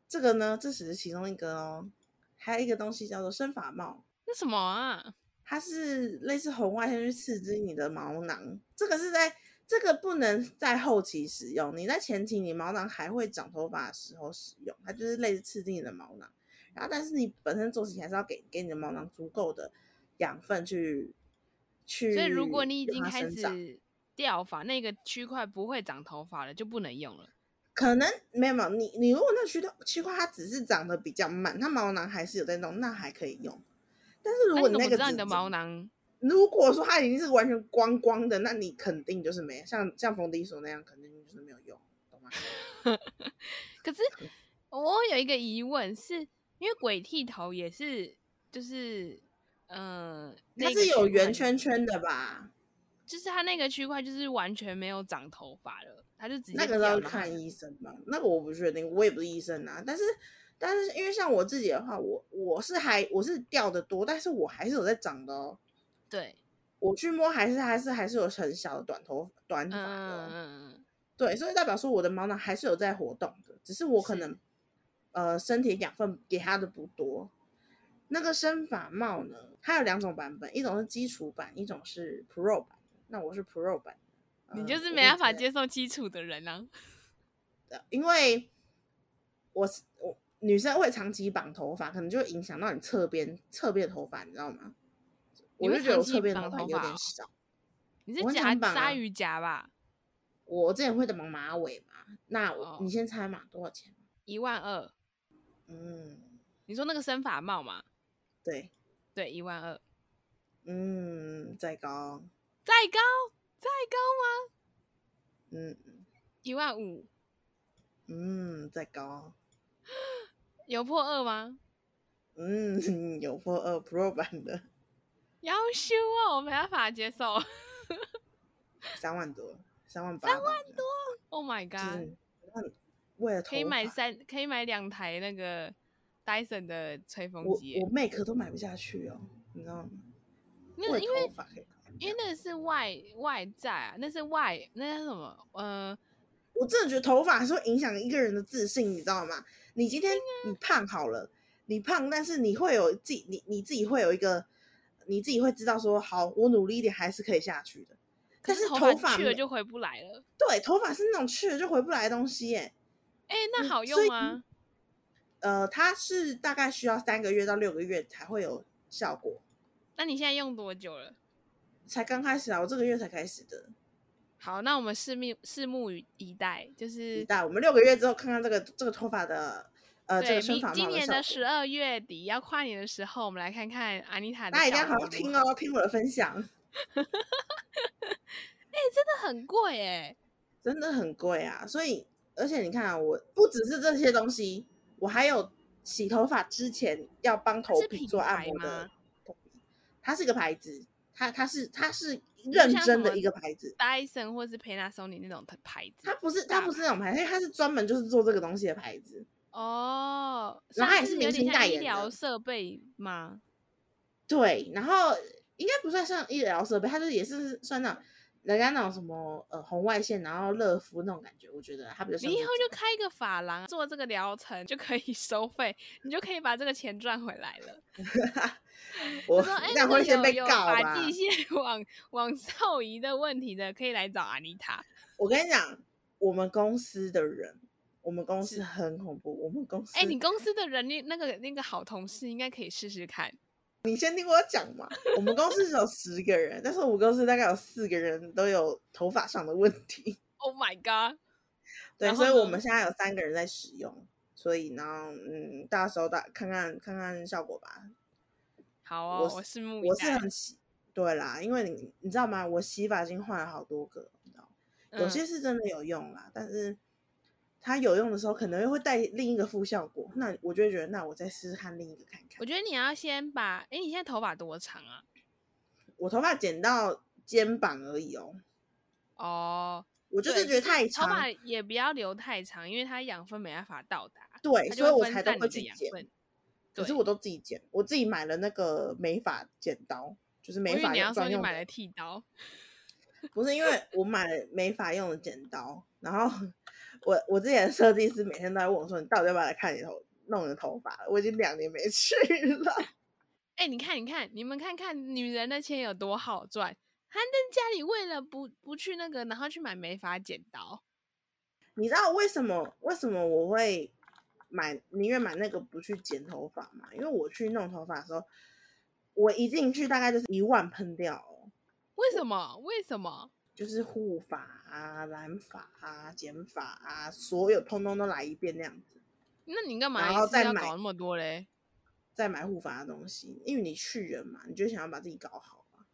Speaker 1: 这个呢，这只是其中一个哦，还有一个东西叫做生发帽，
Speaker 2: 那什么啊？
Speaker 1: 它是类似红外线去刺激你的毛囊，这个是在这个不能在后期使用，你在前期你毛囊还会长头发的时候使用，它就是类似刺激你的毛囊。然后，但是你本身做事情还是要给给你的毛囊足够的养分去去让它生长。
Speaker 2: 所以如果你已经开始掉发，那个区块不会长头发了，就不能用了。
Speaker 1: 可能没有没有，你你如果那区的区块它只是长得比较慢，它毛囊还是有在动，那还可以用。但是如
Speaker 2: 那
Speaker 1: 果
Speaker 2: 啊你怎
Speaker 1: 那
Speaker 2: 么
Speaker 1: 个
Speaker 2: 知道
Speaker 1: 只
Speaker 2: 你的毛囊？
Speaker 1: 如果说它已经是完全光光的，那你肯定就是没像像冯迪说那样，肯定就是没有用，懂吗？
Speaker 2: 可是我有一个疑问是，因为鬼剃头也是就是嗯、呃，
Speaker 1: 它
Speaker 2: 那个
Speaker 1: 是有
Speaker 2: 区块
Speaker 1: 圆
Speaker 2: 的
Speaker 1: 圈圈的吧？
Speaker 2: 就是它那个区块就是完全没有长头发了，它就直接
Speaker 1: 那个
Speaker 2: 掉
Speaker 1: 要
Speaker 2: 然后
Speaker 1: 看医生吧，那个我不确定，我也不是医生啊。但是但是因为像我自己的话，我我是还我是掉的多，但是我还是有在长的哦。
Speaker 2: 对，
Speaker 1: 我去摸还是还是还是有很小的短头短
Speaker 2: 嗯
Speaker 1: 发的哦、
Speaker 2: 嗯嗯嗯，
Speaker 1: 对，所以代表说我的毛囊还是有在活动的，只是我可
Speaker 2: 是
Speaker 1: 能呃身体养分给它的不多。那个生发帽呢，它有两种版本，一种是基础版，一种是 Pro 版。那我是 Pro 版，
Speaker 2: 嗯你
Speaker 1: 呃
Speaker 2: 就是
Speaker 1: 我
Speaker 2: 没办法
Speaker 1: 觉得
Speaker 2: 接受基础的人啊。
Speaker 1: 的，因为我是我女生会长期绑头发，可能就会影响到你侧边侧边的头发，你知道吗？
Speaker 2: 你
Speaker 1: 我
Speaker 2: 会
Speaker 1: 就觉得
Speaker 2: 长
Speaker 1: 我
Speaker 2: 期
Speaker 1: 侧边的
Speaker 2: 绑
Speaker 1: 头发
Speaker 2: 头
Speaker 1: 有
Speaker 2: 发
Speaker 1: 点
Speaker 2: 哦
Speaker 1: 少。
Speaker 2: 你是
Speaker 1: 我很
Speaker 2: 夹
Speaker 1: 常绑
Speaker 2: 鲨
Speaker 1: 啊
Speaker 2: 鱼夹吧？
Speaker 1: 我之前会绑马尾嘛，那我、
Speaker 2: 哦
Speaker 1: 你先猜嘛，多少钱？
Speaker 2: 一万二，哦
Speaker 1: 嗯，
Speaker 2: 你说那个生发帽嘛？
Speaker 1: 对，
Speaker 2: 对，一万二，
Speaker 1: 嗯，再高，
Speaker 2: 再高再高吗？
Speaker 1: 嗯
Speaker 2: 一万五，
Speaker 1: 嗯，再高，
Speaker 2: 有破二吗？
Speaker 1: 嗯， 有破二 Pro 版的
Speaker 2: 要修哦，我没办法接受。
Speaker 1: 三万多，三万八，三万多，
Speaker 2: Oh my
Speaker 1: 就
Speaker 2: god！
Speaker 1: 是那为了头
Speaker 2: 可以买
Speaker 1: 发，
Speaker 2: 三，可以买两台那个 Dyson 的吹风
Speaker 1: 我
Speaker 2: 机
Speaker 1: 我
Speaker 2: 耶。
Speaker 1: 妹可都买不下去哦，你知道吗？
Speaker 2: 那
Speaker 1: 为
Speaker 2: 因
Speaker 1: 了
Speaker 2: 为
Speaker 1: 头发可以搞成这
Speaker 2: 因
Speaker 1: 样
Speaker 2: 为那个是外外在啊，那是外那叫什么？呃，
Speaker 1: 我真的觉得头发是会影响一个人的自信，你知道吗？你今天
Speaker 2: 啊
Speaker 1: 你胖好了，你胖，但是你会有自己，你你自己会有一个，你自己会知道说，好，我努力一点还是可以下去的。
Speaker 2: 可
Speaker 1: 但
Speaker 2: 是
Speaker 1: 是
Speaker 2: 头
Speaker 1: 头发
Speaker 2: 去了
Speaker 1: 没
Speaker 2: 就回不来了。
Speaker 1: 对，头发是那种去了就回不来的东西耶。
Speaker 2: 哎、那
Speaker 1: 嗯
Speaker 2: 好
Speaker 1: 所
Speaker 2: 用
Speaker 1: 以
Speaker 2: 吗？
Speaker 1: 呃，它是大概需要三个月到六个月才会有效果，
Speaker 2: 那你现在用多久了？
Speaker 1: 才刚开始啊，我这个月才开始
Speaker 2: 嗯
Speaker 1: 的。
Speaker 2: 好，那我们拭目拭目以待，就是
Speaker 1: 那我们六个月之后看看这个这个头发的呃这
Speaker 2: 对
Speaker 1: 个生
Speaker 2: 明
Speaker 1: 发
Speaker 2: 今
Speaker 1: 帽
Speaker 2: 年
Speaker 1: 效
Speaker 2: 的
Speaker 1: 果。
Speaker 2: 十二月底要跨年的时候，我们来看看安妮塔的
Speaker 1: 大家一定
Speaker 2: 效
Speaker 1: 要好
Speaker 2: 果
Speaker 1: 好
Speaker 2: 如
Speaker 1: 听
Speaker 2: 何
Speaker 1: 哦，听我的分享，
Speaker 2: 那很贵哎、
Speaker 1: 真的很贵啊。所以，而且你看、啊，我不只是这些东西，我还有洗头发之前要帮头
Speaker 2: 是
Speaker 1: 皮
Speaker 2: 品
Speaker 1: 做按
Speaker 2: 牌
Speaker 1: 摩的
Speaker 2: 吗
Speaker 1: 头皮，它是个牌子，它它是它是
Speaker 2: 就
Speaker 1: 认
Speaker 2: 像什
Speaker 1: 真的
Speaker 2: 么
Speaker 1: 一个牌子，
Speaker 2: ，Dyson 或是 Panasonic 那种的牌
Speaker 1: 它
Speaker 2: 子
Speaker 1: 不是
Speaker 2: 大
Speaker 1: 它不是那种牌子，它是专门就是做这个东西的牌子。
Speaker 2: 哦，
Speaker 1: 然后
Speaker 2: 算
Speaker 1: 它也是
Speaker 2: 有
Speaker 1: 明
Speaker 2: 点
Speaker 1: 星
Speaker 2: 像
Speaker 1: 代
Speaker 2: 医
Speaker 1: 言
Speaker 2: 疗
Speaker 1: 的
Speaker 2: 设备吗？
Speaker 1: 对，然后应该不算像医疗设备，它就是也是算那种人家那种什么呃红外线，然后热敷那种感觉，我觉得它比较
Speaker 2: 你
Speaker 1: 像
Speaker 2: 以
Speaker 1: 这
Speaker 2: 后
Speaker 1: 种
Speaker 2: 就开一个发廊，做这个疗程就可以 收费，你就可以把这个钱赚回来了。
Speaker 1: 我
Speaker 2: 说：“哎、
Speaker 1: 这
Speaker 2: 那
Speaker 1: 样
Speaker 2: 个
Speaker 1: 会先
Speaker 2: 有
Speaker 1: 被
Speaker 2: 有
Speaker 1: 告吧
Speaker 2: 发？际线往往少移的问题的，可以来找阿妮塔。
Speaker 1: 我跟你讲，我们公司的人，我们公
Speaker 2: 是
Speaker 1: 司很恐怖，我们公司
Speaker 2: 哎、你公司的人力那个那个好同事应该可以试试看。
Speaker 1: 你先听我讲嘛。我们公司只有十个人，但是我们公司大概有四个人都有头发上的问题，
Speaker 2: Oh my god！
Speaker 1: 对，
Speaker 2: 然
Speaker 1: 所以
Speaker 2: 后
Speaker 1: 我
Speaker 2: 呢
Speaker 1: 们现在有三个人在使用。所以呢，嗯，到时候大看看看看效果吧，
Speaker 2: 好哦，
Speaker 1: 我
Speaker 2: 我拭目以
Speaker 1: 我是
Speaker 2: 待。
Speaker 1: 很喜，对啦，因为你你知道吗？我洗发精换了好多个，你知道，有
Speaker 2: 嗯
Speaker 1: 些是真的有用啦，但是它有用的时候可能又会带另一个副效果，那我就会觉得，那我再试试看另一个看看
Speaker 2: 我。觉得你要先把，哎、你现在头发多长啊？
Speaker 1: 我头发剪到肩膀而已哦。
Speaker 2: 哦，
Speaker 1: 我就是
Speaker 2: 对
Speaker 1: 觉得
Speaker 2: 是
Speaker 1: 太
Speaker 2: 头
Speaker 1: 长，
Speaker 2: 发也不要留太长，因为它养分没办法到达，
Speaker 1: 对，
Speaker 2: 它
Speaker 1: 哎所以
Speaker 2: 就
Speaker 1: 我
Speaker 2: 会
Speaker 1: 才都
Speaker 2: 分散你
Speaker 1: 会
Speaker 2: 的
Speaker 1: 去
Speaker 2: 养
Speaker 1: 剪。
Speaker 2: 分。
Speaker 1: 可是
Speaker 2: 对
Speaker 1: 我都自己剪，我自己买了那个美发剪刀，就是
Speaker 2: 我
Speaker 1: 美
Speaker 2: 以为
Speaker 1: 发
Speaker 2: 你要
Speaker 1: 用
Speaker 2: 说
Speaker 1: 专
Speaker 2: 你
Speaker 1: 用
Speaker 2: 买
Speaker 1: 的
Speaker 2: 了，剃刀，
Speaker 1: 不是因为我买了美发用的剪刀，然后我我之前的设计师每天都在问我说，你到底要不要来看你头弄你的头发了？我已经两年没去了。
Speaker 2: 哎、你看，你看，你们看看女人的钱有多好赚。她在家里为了不不去那个，然后去买美发剪刀，
Speaker 1: 你知道为什么为什么我会买宁愿买那个不去剪头发吗？因为我去弄头发的时候，我一进去大概就是一万喷掉、哦，
Speaker 2: 为什么？为什么？
Speaker 1: 就是护发啊、染发啊、剪发啊，所有通通都来一遍那样子，
Speaker 2: 那你干嘛
Speaker 1: 然
Speaker 2: 一
Speaker 1: 后
Speaker 2: 次
Speaker 1: 再
Speaker 2: 要
Speaker 1: 买
Speaker 2: 搞那么多嘞？
Speaker 1: 再买护发的东西，因为你去人嘛，你就想要把自己搞好嘛。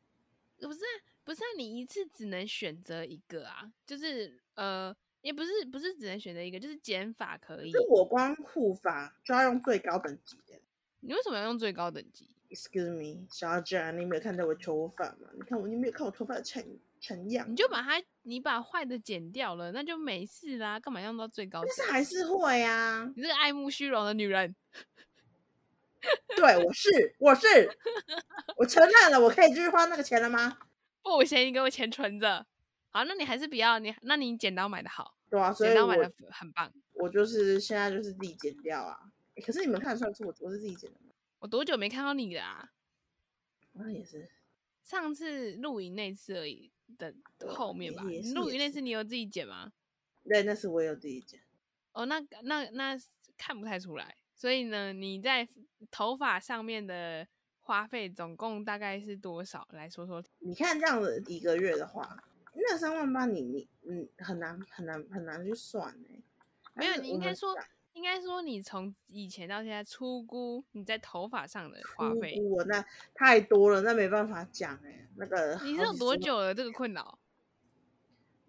Speaker 2: 不是啊，不是啊，你一次只能选择一个啊，就是呃，也不是不是只能选择一个，就是剪发可以
Speaker 1: 就。我光护发就要用最高等级的。
Speaker 2: 你为什么要用最高等级？
Speaker 1: Excuse me，小姐，你没有看到我头发吗？你看我，你没有看我头发的成成样吗，
Speaker 2: 你就把它，你把坏的剪掉了，那就没事啦，干嘛用到最高等
Speaker 1: 但？是还是会啊。
Speaker 2: 你这个爱慕虚荣的女人，
Speaker 1: 对，我是，我是，我承认了，我可以继续花那个钱了吗？
Speaker 2: 不行，你给我钱存着。好，那你还是不要你，那你剪刀买的好，
Speaker 1: 对啊，所
Speaker 2: 剪
Speaker 1: 以
Speaker 2: 刀
Speaker 1: 我
Speaker 2: 买的很棒。
Speaker 1: 我就是现在就是自己剪掉啊。诶可是你们看得出来是我我是自己剪的吗？
Speaker 2: 我多久没看到你了啊？
Speaker 1: 好像也是，
Speaker 2: 上次露营那次而已的
Speaker 1: 对啊
Speaker 2: 后面
Speaker 1: 也
Speaker 2: 吧。
Speaker 1: 也是
Speaker 2: 露
Speaker 1: 也
Speaker 2: 营那
Speaker 1: 是
Speaker 2: 次你有自己剪吗？
Speaker 1: 对，那是我有自己剪。
Speaker 2: 哦，那那那看不太出来。所以呢，你在头发上面的花费总共大概是多少？来说说。
Speaker 1: 你看这样子一个月的话，那三万八你你嗯很难很难很难去算哎、
Speaker 2: 没
Speaker 1: 但
Speaker 2: 有，
Speaker 1: 是
Speaker 2: 你
Speaker 1: 我
Speaker 2: 应该
Speaker 1: 们
Speaker 2: 说，应该说你从以前到现在出估你在头发上的花
Speaker 1: 估
Speaker 2: 费，
Speaker 1: 估我那太多了，那没办法讲哎、那个
Speaker 2: 你是
Speaker 1: 好哦
Speaker 2: 有
Speaker 1: 几
Speaker 2: 多
Speaker 1: 十万
Speaker 2: 久了这个困扰？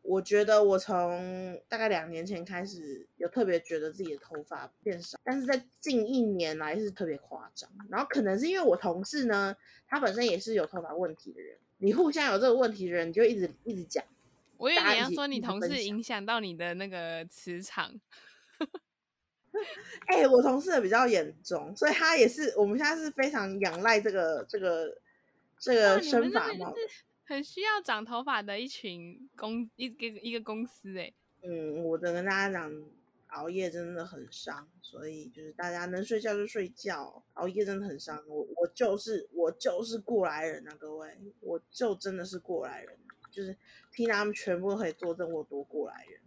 Speaker 1: 我觉得我从大概两年前开始有特别觉得自己的头发变少，但是在近一年来是特别夸张。然后可能是因为我同事呢，他本身也是有头发问题的人，你互相有这个问题的人，你就一直一直讲。
Speaker 2: 我以为
Speaker 1: 大家
Speaker 2: 你
Speaker 1: 一
Speaker 2: 要
Speaker 1: 起
Speaker 2: 说你
Speaker 1: 一起
Speaker 2: 同
Speaker 1: 分
Speaker 2: 事
Speaker 1: 享
Speaker 2: 影响到你的那个磁场，
Speaker 1: 哎、我同事的比较严重，所以他也是我们现在是非常仰赖这个这个这
Speaker 2: 那
Speaker 1: 个
Speaker 2: 啊你们
Speaker 1: 生
Speaker 2: 真
Speaker 1: 发
Speaker 2: 的
Speaker 1: 帽
Speaker 2: 就。是很需要长头发的一群公一个一个公司哎、
Speaker 1: 嗯，我的跟大家讲，熬夜真的很伤，所以就是大家能睡觉就睡觉，熬夜真的很伤。我我就是我就是过来人啊，各位，我就真的是过来人，就是听他们全部都可以作证我有多过来人。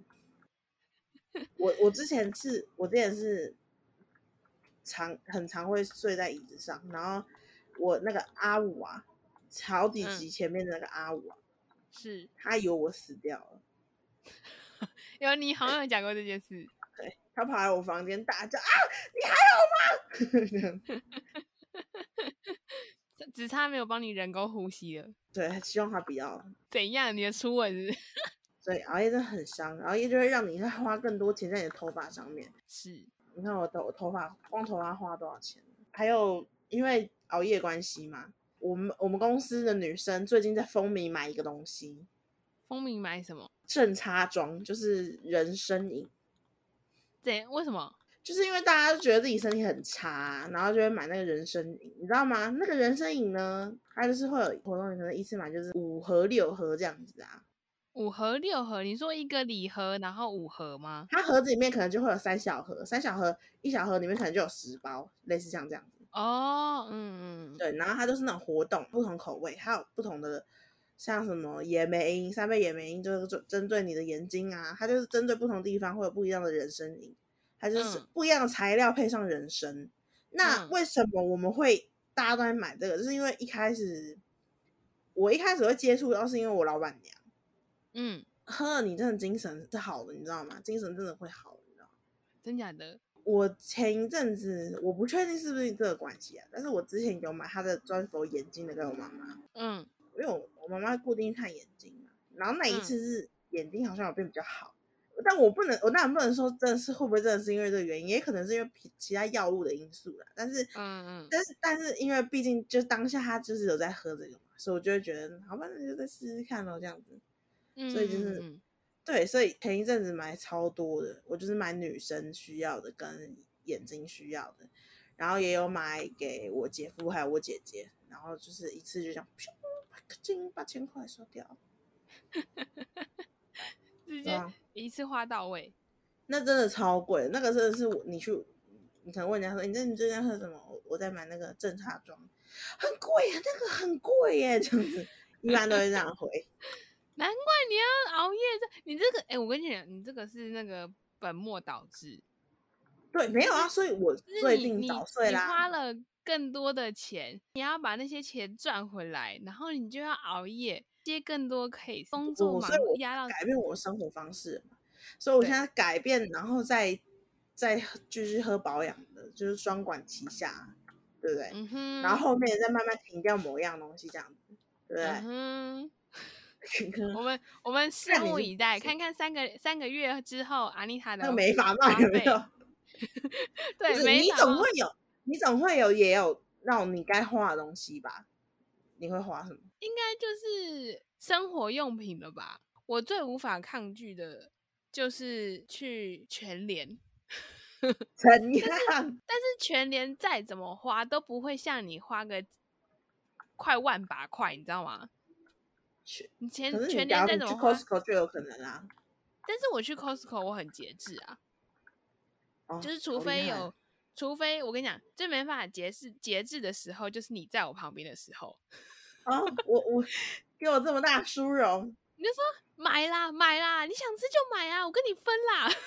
Speaker 1: 我我之前是，我之前是常很常会睡在椅子上，然后我那个阿五啊，好几
Speaker 2: 嗯
Speaker 1: 集前面的那个阿五啊，
Speaker 2: 是
Speaker 1: 他以为我死掉了。
Speaker 2: 有你好像有讲过这件事，
Speaker 1: 他跑来我房间大叫啊，你还有吗这样？
Speaker 2: 只只差没有帮你人工呼吸了。
Speaker 1: 对，希望他不要。
Speaker 2: 怎样？你的初吻是
Speaker 1: 所以熬夜真的很伤，熬夜就会让你再花更多钱在你的头发上面。
Speaker 2: 是
Speaker 1: 你看我头我头发光头发花多少钱？还有因为熬夜关系嘛，我们我们公司的女生最近在风靡买一个东西，
Speaker 2: 风鸣买什么？
Speaker 1: 正差妆，就是人参饮。
Speaker 2: 怎为什么？
Speaker 1: 就是因为大家都觉得自己身体很差，然后就会买那个人参饮，你知道吗？那个人参饮呢，它就是会有活动，你可能一次买就是五盒六盒这样子啊。
Speaker 2: 五盒六盒？你说一个礼盒，然后五盒吗？
Speaker 1: 它盒子里面可能就会有三小盒，三小盒一小盒里面可能就有十包，类似像这样子。
Speaker 2: 哦，嗯嗯，
Speaker 1: 对，然后它就是那种活动，不同口味，还有不同的，像什么野莓饮、三倍野莓饮，就是针针对你的眼睛啊，它就是针对不同地方会有不一样的人参饮，它就是
Speaker 2: 嗯
Speaker 1: 不一样的材料配上人参。那
Speaker 2: 嗯
Speaker 1: 为什么我们会大家都在买这个？就是因为一开始我一开始会接触到，是因为我老板娘
Speaker 2: 嗯，
Speaker 1: 喝了，你真的精神是好的，你知道吗？精神真的会好，你知道吗。
Speaker 2: 真假的？
Speaker 1: 我前一阵子我不确定是不是这个关系啊，但是我之前有买她的专属眼睛的给我妈妈，
Speaker 2: 嗯，
Speaker 1: 因为我我妈妈固定看眼睛嘛，然后那一
Speaker 2: 嗯
Speaker 1: 次是眼睛好像有变比较好，但我不能，我当然不能说真的是会不会真的是因为这个原因，也可能是因为其其他药物的因素啦，但是
Speaker 2: 嗯嗯
Speaker 1: 但是但是因为毕竟就当下他就是有在喝这个嘛，所以我就会觉得，好吧，那就再试试看咯，这样子。
Speaker 2: 嗯，
Speaker 1: 所以就
Speaker 2: 嗯
Speaker 1: 是
Speaker 2: 嗯
Speaker 1: 对，所以前一阵子买超多的，我就是买女生需要的跟眼睛需要的，然后也有买给我姐夫还有我姐姐，然后就是一次就这样，咻咔嚓八千块收掉，
Speaker 2: 直
Speaker 1: 对
Speaker 2: 接
Speaker 1: 啊，
Speaker 2: 一次花到位，
Speaker 1: 那真的超贵，那个真的是我你去，你可能问人家说，你这你最近在喝什么？我我在买那个正差装，很贵啊，那个很贵耶，这样子，一般都会这样回。
Speaker 2: 难怪你要熬夜。这你这个，哎、我跟你讲，你这个是那个本末倒置。
Speaker 1: 对，没有啊，所以我
Speaker 2: 就是
Speaker 1: 最
Speaker 2: 你
Speaker 1: 近
Speaker 2: 你
Speaker 1: 早睡
Speaker 2: 你花
Speaker 1: 啦。
Speaker 2: 了更多的钱，你要把那些钱赚回来，然后你就要熬夜接更多 case，工作
Speaker 1: 我
Speaker 2: 忙
Speaker 1: 所以我
Speaker 2: 压到
Speaker 1: 改变我生活方式嘛，所以我现
Speaker 2: 对
Speaker 1: 在改变，然后再再继续喝保养的，就是双管齐下，对不对？
Speaker 2: 嗯哼，
Speaker 1: 然后后面再慢慢停掉某样东西，这样子，对
Speaker 2: 嗯
Speaker 1: 不对？
Speaker 2: 哼，我们我们拭
Speaker 1: 看你
Speaker 2: 目
Speaker 1: 是
Speaker 2: 以
Speaker 1: 不
Speaker 2: 待，
Speaker 1: 是
Speaker 2: 看看三个三个月之后，阿妮塔的
Speaker 1: 那个美发嘛
Speaker 2: 花
Speaker 1: 有没
Speaker 2: 费
Speaker 1: 有？不
Speaker 2: 对
Speaker 1: 是
Speaker 2: 没
Speaker 1: 你
Speaker 2: 法
Speaker 1: 总
Speaker 2: 吗
Speaker 1: 会有，你总会有也有那种你该花的东西吧？你会花什么？
Speaker 2: 应该就是生活用品了吧？我最无法抗拒的就是去全联。
Speaker 1: 怎样？
Speaker 2: 但是全年再怎么花都不会像你花个快万把块，你知道吗？
Speaker 1: 去
Speaker 2: 你前
Speaker 1: 可是你
Speaker 2: 全
Speaker 1: 假
Speaker 2: 年
Speaker 1: 如
Speaker 2: 再
Speaker 1: 你
Speaker 2: 怎
Speaker 1: 去
Speaker 2: 么花，
Speaker 1: Costco 就有可能啊啦、
Speaker 2: 但是我去 Costco 我很节制啊，
Speaker 1: 哦，
Speaker 2: 就是除
Speaker 1: 好厉
Speaker 2: 非
Speaker 1: 害
Speaker 2: 有，除非我跟你讲，最没办法节制节制的时候，就是你在我旁边的时候，
Speaker 1: 啊，我我给我这么大殊荣，
Speaker 2: 你就说买啦买啦，你想吃就买啊，我跟你分啦。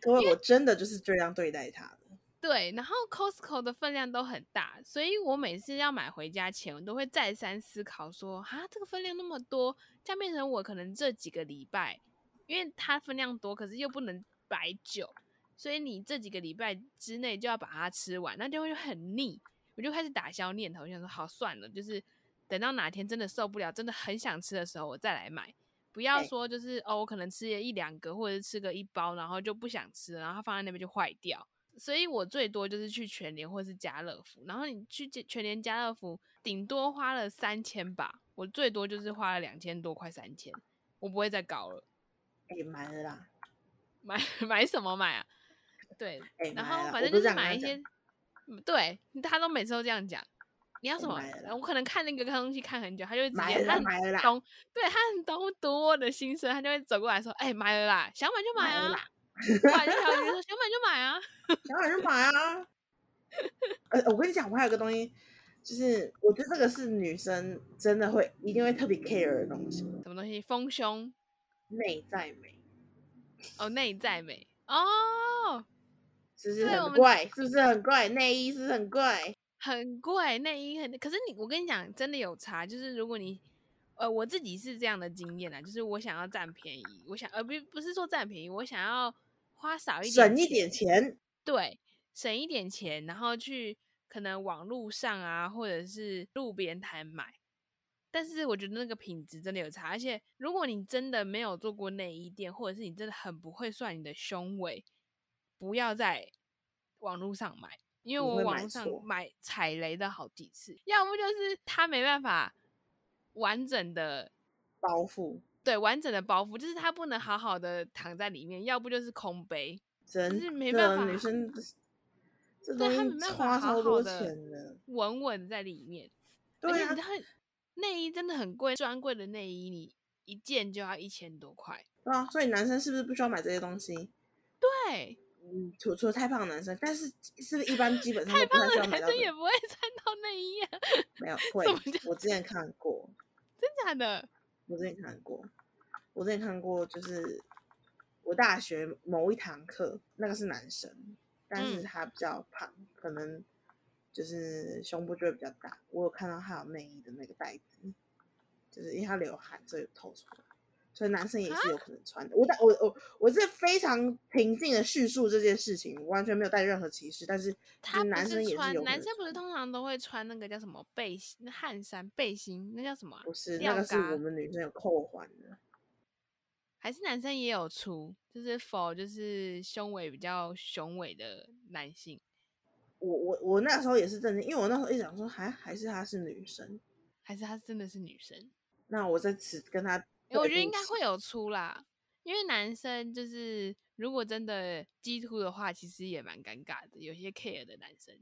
Speaker 1: 各位，我真的就是这样对待他的。
Speaker 2: 对，然后 Costco 的分量都很大，所以我每次要买回家前，我都会再三思考说，啊，这个分量那么多，这样变成我可能这几个礼拜，因为它分量多，可是又不能摆久，所以你这几个礼拜之内就要把它吃完，那就会很腻。我就开始打消念头，我想说好算了，就是等到哪天真的受不了，真的很想吃的时候，我再来买。不要
Speaker 1: 对
Speaker 2: 说就是哦，我可能吃了一两个，或者是吃个一包，然后就不想吃了，然后它放在那边就坏掉。所以我最多就是去全联或是家乐福，然后你去全全联、家乐福，顶多花了三千吧，我最多就是花了两千多，快三千，我不会再搞了。
Speaker 1: 哎、买了啦，
Speaker 2: 买买什么买啊？对，
Speaker 1: 哎、
Speaker 2: 然
Speaker 1: 买了
Speaker 2: 后
Speaker 1: 啦我
Speaker 2: 反正
Speaker 1: 不这
Speaker 2: 就是是
Speaker 1: 样跟
Speaker 2: 买
Speaker 1: 他
Speaker 2: 一
Speaker 1: 讲
Speaker 2: 些，嗯对他都每次都这样讲。你要
Speaker 1: 哎
Speaker 2: 什么
Speaker 1: 买了？啦
Speaker 2: 我可能看那个东西看很久，他就会直
Speaker 1: 买
Speaker 2: 接
Speaker 1: 了
Speaker 2: 他
Speaker 1: 啦
Speaker 2: 很
Speaker 1: 买了啦，
Speaker 2: 懂，对他很懂懂我的心声，他就会走过来说：“哎、买了啦，想买就买
Speaker 1: 买了
Speaker 2: 啊。
Speaker 1: 啦，”
Speaker 2: 过来就挑一个说：“想买就买啊。
Speaker 1: 想买就买 啊。呃，我跟你讲，我还有个东西，就是我觉得这个是女生真的会一定会特别 care 的东西，”
Speaker 2: 什么东西？丰胸
Speaker 1: 内在美，
Speaker 2: 哦，内在美哦，
Speaker 1: 是不是
Speaker 2: 对我
Speaker 1: 很
Speaker 2: 们
Speaker 1: 怪？是不是很怪？内衣是不是很怪？
Speaker 2: 很贵，内衣很。可是你，我跟你讲，真的有差。就是如果你，呃，我自己是这样的经验啊，就是我想要占便宜，我想，呃，不，不是说占便宜，我想要花少一点，
Speaker 1: 省一点，钱，
Speaker 2: 对，省一点钱，然后去可能网络上啊，或者是路边摊买。但是我觉得那个品质真的有差，而且如果你真的没有做过内衣店，或者是你真的很不会算你的胸围，不要在网络上买，因为
Speaker 1: 你
Speaker 2: 我
Speaker 1: 会
Speaker 2: 网
Speaker 1: 买
Speaker 2: 络上
Speaker 1: 错
Speaker 2: 买踩雷的好几次，要不就是他没办法完整的
Speaker 1: 包袱
Speaker 2: 对完整的包袱，就是他不能好好的躺在里面，要不就是空杯，
Speaker 1: 真
Speaker 2: 是没
Speaker 1: 的
Speaker 2: 办
Speaker 1: 女
Speaker 2: 法
Speaker 1: 生这这
Speaker 2: 对他
Speaker 1: 东
Speaker 2: 没
Speaker 1: 西
Speaker 2: 办法
Speaker 1: 花
Speaker 2: 好
Speaker 1: 超
Speaker 2: 好
Speaker 1: 多
Speaker 2: 的
Speaker 1: 钱的，
Speaker 2: 稳稳在里面。而
Speaker 1: 对
Speaker 2: 且
Speaker 1: 啊
Speaker 2: 你知，道内衣真的很贵，专柜的内衣你一件就要一千多块。
Speaker 1: 对啊，所以男生是不是不需要买这些东西？
Speaker 2: 对，
Speaker 1: 嗯，除除了太胖的男生，但是是不是一般基本上
Speaker 2: 太
Speaker 1: 都不太
Speaker 2: 胖
Speaker 1: 需要
Speaker 2: 的
Speaker 1: 买
Speaker 2: 男
Speaker 1: 到这
Speaker 2: 生
Speaker 1: 个？
Speaker 2: 也不会穿到内衣啊，
Speaker 1: 没有会
Speaker 2: 么叫，
Speaker 1: 我之前看过，
Speaker 2: 真假的？
Speaker 1: 我之前看过，我之前看过，就是我大学某一堂课，那个是男生，但是
Speaker 2: 嗯
Speaker 1: 他比较胖，可能就是胸部就会比较大。我有看到他有内衣的那个带子，就是因为他流汗，所以透出来。所以男生也是有可能穿的。我但我我我是非常平静的叙述这件事情，完全没有带任何歧视。但是就是
Speaker 2: 他不
Speaker 1: 男生也
Speaker 2: 穿
Speaker 1: 是有，可
Speaker 2: 男
Speaker 1: 能
Speaker 2: 生不是
Speaker 1: 穿
Speaker 2: 通常都会穿那个叫什么背心、那汗衫、背心，那叫什么啊、
Speaker 1: 不是那
Speaker 2: 吊
Speaker 1: 个是
Speaker 2: 嘎
Speaker 1: 我们女生有扣环的。
Speaker 2: 还是男生也有出，就是否就是胸围比较雄伟的男性。
Speaker 1: 我我我那时候也是震惊，因为我那时候一直想说，还还是她是女生，
Speaker 2: 还是她真的是女生？
Speaker 1: 那我在此跟他，
Speaker 2: 欸我觉得应该会有出啦，因为男生就是如果真的激突的话，其实也蛮尴尬的。有些 care 的男生，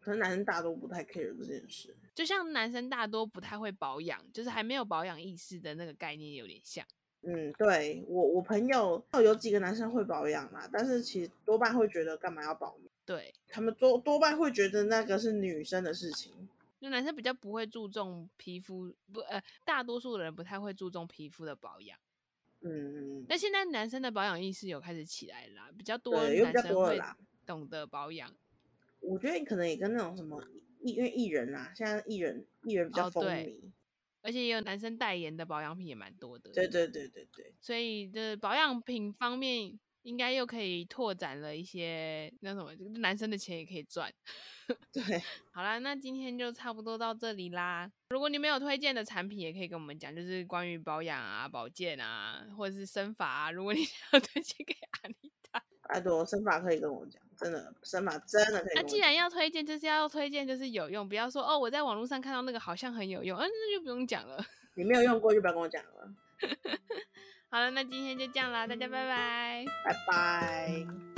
Speaker 1: 可能男生大多不太 care 这件事。
Speaker 2: 就像男生大多不太会保养，就是还没有保养意识的那个概念有点像。
Speaker 1: 嗯，对我我朋友有几个男生会保养啦，但是其实多半会觉得干嘛要保养，
Speaker 2: 对，
Speaker 1: 他们多多半会觉得那个是女生的事情。
Speaker 2: 就男生比较不会注重皮肤，不呃，大多数的人不太会注重皮肤的保养。
Speaker 1: 嗯，
Speaker 2: 但现在男生的保养意识有开始起来啦，比较多
Speaker 1: 对又比
Speaker 2: 男
Speaker 1: 较
Speaker 2: 生
Speaker 1: 多了
Speaker 2: 会
Speaker 1: 啦
Speaker 2: 懂得保养。
Speaker 1: 我觉得可能也跟那种什么艺因为艺人啊，现在艺人艺人比较
Speaker 2: 哦
Speaker 1: 风
Speaker 2: 对
Speaker 1: 靡，
Speaker 2: 而且也有男生代言的保养品也蛮多的，
Speaker 1: 对对对对对，
Speaker 2: 所以这保养品方面应该又可以拓展了一些那什么，就是男生的钱也可以赚。
Speaker 1: 对，
Speaker 2: 好啦，那今天就差不多到这里啦。如果你们有推荐的产品，也可以跟我们讲，就是关于保养啊、保健啊，或者是生发啊。如果你想 要推荐给阿丽塔，
Speaker 1: 拜托，生法可以跟我讲，真的，生法真的可以
Speaker 2: 那、
Speaker 1: 跟我
Speaker 2: 啊既
Speaker 1: 讲
Speaker 2: 然要推荐，就是要推荐就是有用，不要说哦，我在网络上看到那个好像很有用，嗯、那就不用讲了。
Speaker 1: 你没有用过就不要跟我讲了，
Speaker 2: 好了，那今天就这样啦，大家拜拜。
Speaker 1: 拜拜。